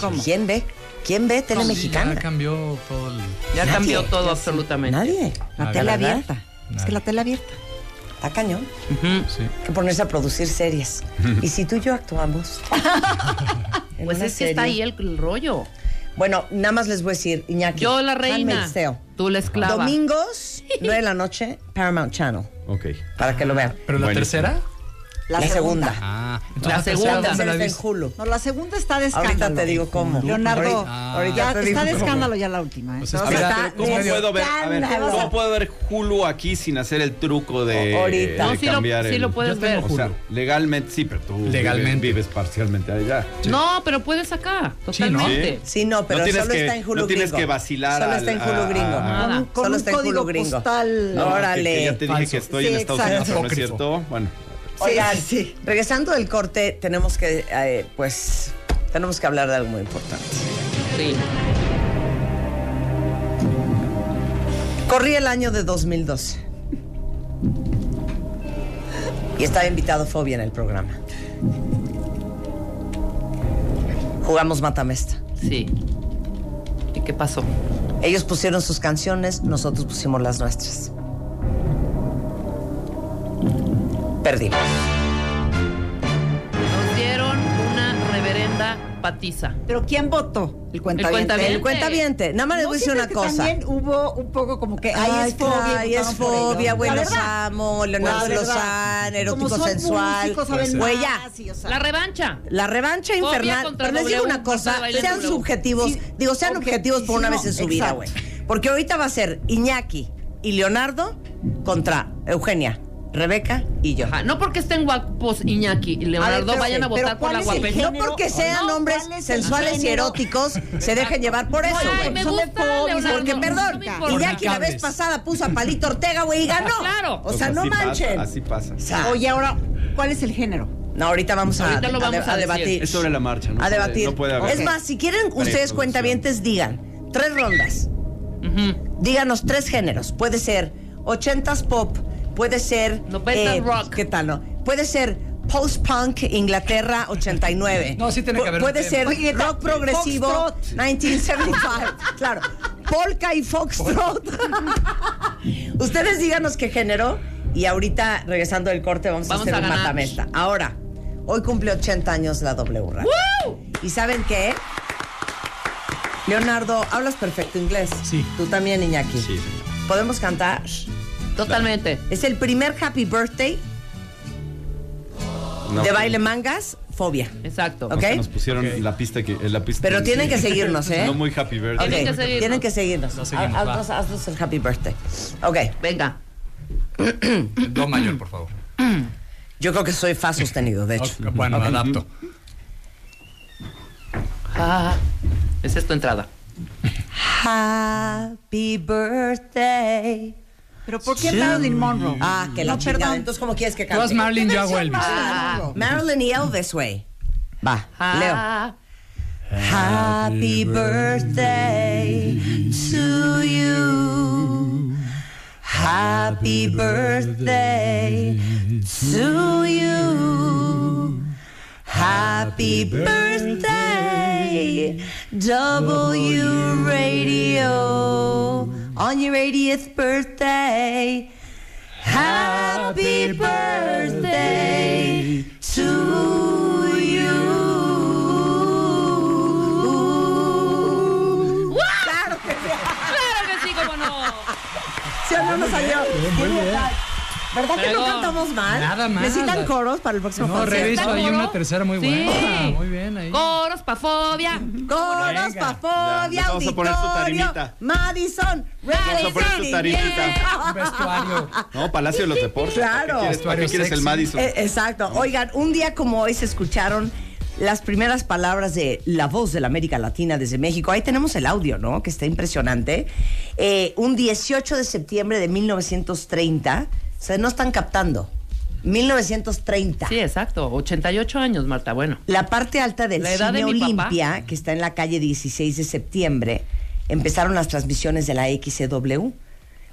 [SPEAKER 9] ¿Cómo?
[SPEAKER 2] ¿Quién ve? ¿Quién ve tele
[SPEAKER 8] Sí,
[SPEAKER 2] mexicana?
[SPEAKER 8] Ya cambió todo el...
[SPEAKER 1] Ya
[SPEAKER 2] Nadie,
[SPEAKER 1] cambió todo
[SPEAKER 2] ya
[SPEAKER 1] absolutamente.
[SPEAKER 2] Nadie.
[SPEAKER 9] La
[SPEAKER 8] Ah,
[SPEAKER 9] tele
[SPEAKER 2] ¿verdad?
[SPEAKER 9] abierta. Es que la tele abierta.
[SPEAKER 2] Está cañón.
[SPEAKER 1] Ujú.
[SPEAKER 8] Sí.
[SPEAKER 2] Que ponerse a producir series. y si tú y yo actuamos. en
[SPEAKER 1] Pues
[SPEAKER 2] una
[SPEAKER 1] es que está ahí
[SPEAKER 2] serie.
[SPEAKER 1] el, el rollo.
[SPEAKER 2] Bueno, nada más les voy a decir, Iñaki.
[SPEAKER 1] Yo la reina.
[SPEAKER 2] Handmaid's Tale.
[SPEAKER 1] Tú la esclava.
[SPEAKER 2] Domingos, 9 de la noche, Paramount Channel.
[SPEAKER 3] Ok.
[SPEAKER 2] Para que lo vean.
[SPEAKER 8] ¿Pero la
[SPEAKER 3] Buenísimo.
[SPEAKER 8] tercera?
[SPEAKER 2] La, segunda.
[SPEAKER 8] Ah,
[SPEAKER 1] La segunda.
[SPEAKER 2] La
[SPEAKER 8] ¿dónde
[SPEAKER 2] tercera está en
[SPEAKER 8] viste?
[SPEAKER 2] Hulu.
[SPEAKER 9] No, la segunda está de escándalo.
[SPEAKER 2] Ahorita te digo cómo.
[SPEAKER 9] Leonardo,
[SPEAKER 8] Ah.
[SPEAKER 9] ya
[SPEAKER 2] Ahorita te digo
[SPEAKER 9] está de
[SPEAKER 2] cómo.
[SPEAKER 9] escándalo ya la última. ¿eh?
[SPEAKER 8] Pues
[SPEAKER 2] No,
[SPEAKER 8] espera,
[SPEAKER 2] está
[SPEAKER 8] pero
[SPEAKER 3] ¿Cómo
[SPEAKER 2] medio
[SPEAKER 3] puedo ver? A ver,
[SPEAKER 2] escándalo.
[SPEAKER 3] ¿cómo puedo ver Hulu aquí sin hacer el truco de,
[SPEAKER 2] Ahorita.
[SPEAKER 3] de
[SPEAKER 1] No, sí lo-
[SPEAKER 3] cambiar
[SPEAKER 1] sí
[SPEAKER 3] el-
[SPEAKER 1] lo puedes
[SPEAKER 8] Yo tengo
[SPEAKER 1] ver.
[SPEAKER 3] O sea,
[SPEAKER 8] Hulu.
[SPEAKER 3] legalmente, sí, pero tú
[SPEAKER 8] Legalmente.
[SPEAKER 3] vives, vives parcialmente allá.
[SPEAKER 1] No, pero puedes acá,
[SPEAKER 8] Sí, ¿no?
[SPEAKER 1] totalmente.
[SPEAKER 2] Sí, no, pero
[SPEAKER 3] No tienes
[SPEAKER 2] solo
[SPEAKER 3] que-
[SPEAKER 2] está en Hulu
[SPEAKER 3] no tienes
[SPEAKER 2] Gringo.
[SPEAKER 3] que vacilar
[SPEAKER 2] Solo
[SPEAKER 3] al-
[SPEAKER 2] está en
[SPEAKER 3] a-
[SPEAKER 2] Hulu Gringo.
[SPEAKER 3] a-
[SPEAKER 1] Nada.
[SPEAKER 9] Con
[SPEAKER 2] Solo
[SPEAKER 9] un
[SPEAKER 2] está en Hulu
[SPEAKER 9] código
[SPEAKER 2] Gringo.
[SPEAKER 9] postal.
[SPEAKER 3] No,
[SPEAKER 2] Órale.
[SPEAKER 3] que- que ya te dije
[SPEAKER 8] Falso.
[SPEAKER 3] que estoy
[SPEAKER 9] Sí,
[SPEAKER 3] en Estados Unidos,
[SPEAKER 9] exacto.
[SPEAKER 3] pero no es cierto. Bueno,
[SPEAKER 2] Oigan, regresando del corte, tenemos que, eh, pues, tenemos que hablar de algo muy importante.
[SPEAKER 1] Sí.
[SPEAKER 2] Corrí el año de 2012. Y estaba invitado Fobia en el programa. Jugamos Matamesta.
[SPEAKER 1] Sí. ¿Y qué pasó?
[SPEAKER 2] Ellos pusieron sus canciones, nosotros pusimos las nuestras. Perdimos.
[SPEAKER 1] Nos dieron una reverenda patiza.
[SPEAKER 9] Pero ¿quién votó? El
[SPEAKER 1] El
[SPEAKER 9] cuentaviente.
[SPEAKER 1] cuentaviente.
[SPEAKER 2] El cuentaviente, nada más les
[SPEAKER 9] ¿No
[SPEAKER 2] voy a decir una
[SPEAKER 9] sientes que
[SPEAKER 2] cosa.
[SPEAKER 9] También hubo un poco como que ahí
[SPEAKER 2] Ay,
[SPEAKER 9] es fobia.
[SPEAKER 2] claro,
[SPEAKER 9] y
[SPEAKER 2] ahí es
[SPEAKER 9] votaron por ellos.
[SPEAKER 2] fobia,
[SPEAKER 9] La
[SPEAKER 2] güey, los
[SPEAKER 9] verdad.
[SPEAKER 2] amo, Leonardo
[SPEAKER 9] La verdad.
[SPEAKER 2] Lozán,
[SPEAKER 9] Como
[SPEAKER 2] erótico
[SPEAKER 9] son
[SPEAKER 2] sensual.
[SPEAKER 9] músicos, saben
[SPEAKER 2] Güey,
[SPEAKER 9] más,
[SPEAKER 2] ya.
[SPEAKER 9] sí, o sea.
[SPEAKER 1] La revancha.
[SPEAKER 2] La revancha
[SPEAKER 1] Fobia
[SPEAKER 2] infernal.
[SPEAKER 1] contra
[SPEAKER 2] Pero les digo
[SPEAKER 1] W,
[SPEAKER 2] una cosa,
[SPEAKER 1] Marta de Baile
[SPEAKER 2] sean
[SPEAKER 1] W.
[SPEAKER 2] subjetivos,
[SPEAKER 9] Sí,
[SPEAKER 2] digo, sean
[SPEAKER 9] ok,
[SPEAKER 2] objetivos por
[SPEAKER 9] sí,
[SPEAKER 2] una
[SPEAKER 9] no,
[SPEAKER 2] vez en su vida,
[SPEAKER 9] exacto.
[SPEAKER 2] güey. Porque ahorita va a ser Iñaki y Leonardo contra Eugenia, Rebeca y yo.
[SPEAKER 1] Ajá, Ah, No porque estén guapos Iñaki y
[SPEAKER 2] A ver,
[SPEAKER 1] Leonardo
[SPEAKER 2] espérate,
[SPEAKER 1] vayan a
[SPEAKER 9] pero
[SPEAKER 1] votar por
[SPEAKER 9] ¿cuál
[SPEAKER 1] la
[SPEAKER 9] es el
[SPEAKER 1] guapesa.
[SPEAKER 2] No
[SPEAKER 9] género?
[SPEAKER 2] porque sean
[SPEAKER 9] No,
[SPEAKER 2] hombres
[SPEAKER 9] ¿cuál es el
[SPEAKER 2] sensuales y
[SPEAKER 9] género?
[SPEAKER 2] eróticos, se dejen llevar por eso,
[SPEAKER 1] Ay,
[SPEAKER 2] güey.
[SPEAKER 1] me
[SPEAKER 9] Son de
[SPEAKER 1] gusta
[SPEAKER 9] fobia,
[SPEAKER 1] Leonardo.
[SPEAKER 2] Porque,
[SPEAKER 1] no
[SPEAKER 2] perdón,
[SPEAKER 1] me importa. Ah,
[SPEAKER 2] Iñaki la vez
[SPEAKER 8] Fornicables.
[SPEAKER 2] pasada puso a Palito Ortega, güey, y ganó.
[SPEAKER 1] Claro.
[SPEAKER 2] O sea, no
[SPEAKER 3] Pues así pasa,
[SPEAKER 2] manchen.
[SPEAKER 3] así pasa.
[SPEAKER 2] O sea,
[SPEAKER 9] Oye, ahora, ¿cuál es el género?
[SPEAKER 2] No, ahorita vamos a,
[SPEAKER 1] Ahorita lo
[SPEAKER 2] a-
[SPEAKER 1] vamos
[SPEAKER 2] a
[SPEAKER 1] a
[SPEAKER 2] debatir.
[SPEAKER 1] decir.
[SPEAKER 3] Es sobre la marcha, ¿no?
[SPEAKER 2] A
[SPEAKER 3] puede-
[SPEAKER 2] debatir.
[SPEAKER 3] no puede haber.
[SPEAKER 2] Es más, si quieren ustedes
[SPEAKER 3] Preproducción.
[SPEAKER 2] cuentavientes, digan tres rondas.
[SPEAKER 1] Ujú.
[SPEAKER 2] Díganos tres géneros. Puede ser 80s pop, puede ser. eh,
[SPEAKER 1] 90s rock.
[SPEAKER 2] ¿Qué tal, no? Puede ser post-punk Inglaterra 89.
[SPEAKER 8] No, sí tiene
[SPEAKER 2] Pu-
[SPEAKER 8] que haber un
[SPEAKER 2] Puede
[SPEAKER 8] tema.
[SPEAKER 2] ser
[SPEAKER 9] Oye,
[SPEAKER 2] rock
[SPEAKER 9] ta-
[SPEAKER 2] progresivo
[SPEAKER 9] Foxtrot.
[SPEAKER 2] 1975. claro. Polka y Foxtrot. ustedes díganos qué género. Y ahorita, regresando del corte, vamos,
[SPEAKER 1] Vamos a
[SPEAKER 2] a hacer un
[SPEAKER 1] ganar.
[SPEAKER 2] matamesta. Ahora, hoy cumple 80 años la W Radio. ¿Y saben qué? Leonardo, hablas perfecto inglés.
[SPEAKER 8] Sí.
[SPEAKER 2] Tú también, Iñaki.
[SPEAKER 3] Sí, sí.
[SPEAKER 2] ¿Podemos cantar?
[SPEAKER 1] Totalmente.
[SPEAKER 2] Es el primer Happy Birthday
[SPEAKER 3] No,
[SPEAKER 2] de baile mangas, fobia.
[SPEAKER 1] Exacto.
[SPEAKER 2] Ok.
[SPEAKER 3] Nos pusieron la pista que en la pista.
[SPEAKER 2] Pero
[SPEAKER 3] que-
[SPEAKER 2] tienen que seguirnos, ¿eh?
[SPEAKER 3] No muy happy birthday.
[SPEAKER 1] Tienen que
[SPEAKER 2] Ok,
[SPEAKER 1] seguirnos.
[SPEAKER 2] Tienen que seguirnos.
[SPEAKER 8] Nos seguimos,
[SPEAKER 2] Ha-
[SPEAKER 8] va.
[SPEAKER 2] haznos, haznos el Happy Birthday. Ok,
[SPEAKER 1] Venga.
[SPEAKER 8] Do mayor, por favor.
[SPEAKER 2] yo creo que soy fa sostenido, de hecho.
[SPEAKER 8] Ok, Bueno, adapto.
[SPEAKER 1] Ah, esa es tu entrada.
[SPEAKER 2] Happy Birthday.
[SPEAKER 9] ¿Pero por qué Marilyn Monroe?
[SPEAKER 2] Ah, que la
[SPEAKER 9] No,
[SPEAKER 2] chingada.
[SPEAKER 9] perdón.
[SPEAKER 2] Entonces, ¿cómo quieres que
[SPEAKER 8] Tú vas
[SPEAKER 2] cante? Ah,
[SPEAKER 8] Marlene, yo hago Elvis.
[SPEAKER 2] Marilyn y Elvis, güey. Va, Leo.
[SPEAKER 1] Ah,
[SPEAKER 2] Happy birthday to you. Happy birthday to you. Happy birthday, W Radio. On your 80th birthday. Happy birthday to you. Claro que sí.
[SPEAKER 1] Claro que sí, cómo no.
[SPEAKER 2] Sí, no nos salió. ¿Verdad que no
[SPEAKER 1] Pero-
[SPEAKER 2] cantamos mal?
[SPEAKER 8] Nada más.
[SPEAKER 2] Necesitan coros para el próximo
[SPEAKER 8] No,
[SPEAKER 2] concierto.
[SPEAKER 8] reviso
[SPEAKER 1] ¿Está
[SPEAKER 8] ahí
[SPEAKER 1] coro?
[SPEAKER 8] una tercera muy
[SPEAKER 1] Sí.
[SPEAKER 8] buena. Muy bien ahí.
[SPEAKER 1] Coros, pafobia.
[SPEAKER 2] Coros,
[SPEAKER 8] Venga.
[SPEAKER 2] pafobia,
[SPEAKER 3] Ya, nos vamos a poner su
[SPEAKER 2] auditorio.
[SPEAKER 3] tarimita.
[SPEAKER 2] Madison,
[SPEAKER 3] Vamos a poner su
[SPEAKER 2] Radisson.
[SPEAKER 3] tarimita.
[SPEAKER 8] Un vestuario.
[SPEAKER 3] No, Palacio de los Deportes.
[SPEAKER 2] Claro.
[SPEAKER 3] ¿Para qué quieres, para qué
[SPEAKER 8] Vestuario
[SPEAKER 3] quieres el
[SPEAKER 8] sexy.
[SPEAKER 3] Madison?
[SPEAKER 2] Eh, exacto. Oigan, un día como hoy se escucharon las primeras palabras de la voz de la América Latina desde México. Ahí tenemos el audio, ¿no? Que está impresionante. Eh, un 18 de septiembre de 1930. O sea, no están captando. 1930.
[SPEAKER 1] Sí, exacto. 88 años, Marta. Bueno.
[SPEAKER 2] La parte alta del
[SPEAKER 1] La edad
[SPEAKER 2] Cine
[SPEAKER 1] de mi papá.
[SPEAKER 2] Olimpia, que está en la calle 16 de septiembre, empezaron las transmisiones de la XCW.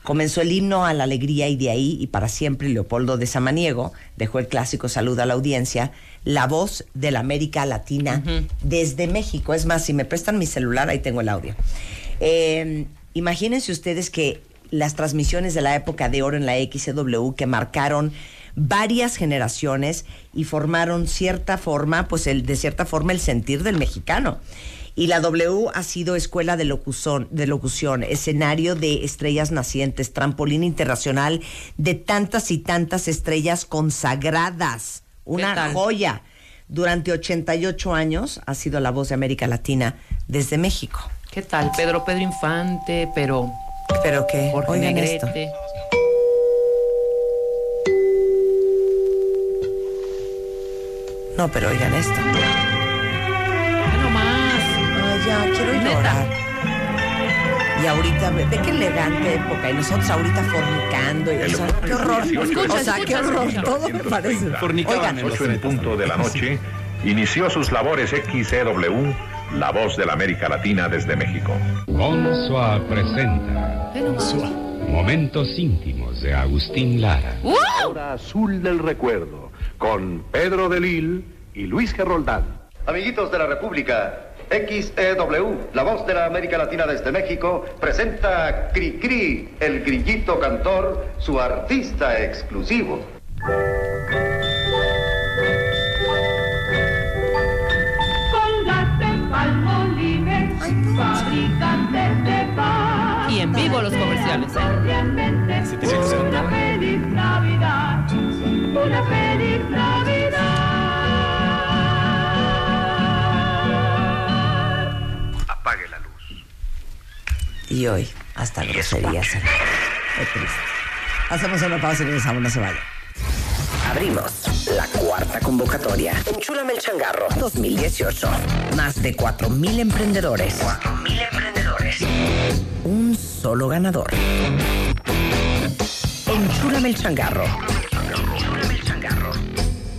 [SPEAKER 2] Comenzó el himno a la alegría y de ahí y para siempre Leopoldo de Samaniego dejó el clásico saludo a la audiencia, la voz de la América Latina desde México. Es más, si me prestan mi celular, ahí tengo el audio. Eh, imagínense ustedes que las transmisiones de la época de oro en la XCW que marcaron varias generaciones y formaron cierta forma, pues el, de cierta forma el sentir del mexicano. Y la W ha sido escuela de locución, de locución, escenario de estrellas nacientes, trampolín internacional de tantas y tantas estrellas consagradas. Una
[SPEAKER 1] tal?
[SPEAKER 2] joya. Durante 88 años ha sido la voz de América Latina desde México.
[SPEAKER 1] ¿Qué tal? Pedro, Pedro Infante, pero
[SPEAKER 2] Pero que
[SPEAKER 1] Jorge
[SPEAKER 2] oigan esto.
[SPEAKER 1] Negrete.
[SPEAKER 2] No, pero oigan esto.
[SPEAKER 1] Ay, no más.
[SPEAKER 2] Ay, ya, quiero
[SPEAKER 1] Neta.
[SPEAKER 2] llorar. Y ahorita, ve, ve qué elegante época. Y nosotros ahorita fornicando. Y, o sea, qué horror.
[SPEAKER 4] Escucha,
[SPEAKER 2] o sea, qué
[SPEAKER 1] escucha,
[SPEAKER 2] horror.
[SPEAKER 1] escucha.
[SPEAKER 2] Todo me parece.
[SPEAKER 3] Fornicaban
[SPEAKER 2] Oigan,
[SPEAKER 3] en los
[SPEAKER 4] Ocho en punto de la noche, inició sus labores XCW, la voz de la América Latina desde México.
[SPEAKER 5] Bonsoir presenta
[SPEAKER 1] Ay, no más.
[SPEAKER 5] Momentos íntimos de Agustín Lara.
[SPEAKER 6] Hora azul del recuerdo, con Pedro de Lille y Luis Geroldán.
[SPEAKER 7] Amiguitos de la República, XEW, la voz de la América Latina desde México, presenta Cri Cri, el grillito cantor, su artista exclusivo.
[SPEAKER 1] Y en vivo los comerciales. ¿eh?
[SPEAKER 3] Así tiene que ser.
[SPEAKER 6] Apague la luz.
[SPEAKER 2] Y hoy, hasta groserías. Qué triste. Hacemos una pausa y regresamos, no se vaya. Abrimos la cuarta convocatoria. Enchúlame el changarro 2018. Más de 4.000 emprendedores. 4.000 emprendedores. Un solo ganador. Enchúlame el changarro. Enchúlame el changarro.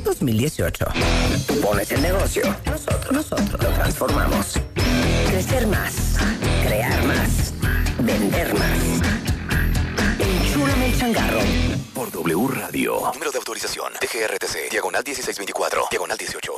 [SPEAKER 2] 2018. Tú pones el negocio. Nosotros, nosotros lo transformamos. Crecer más. Crear más. Vender más. Enchúlame el changarro.
[SPEAKER 10] Por W Radio. Número de autorización. TGRTC. Diagonal 1624. Diagonal 18.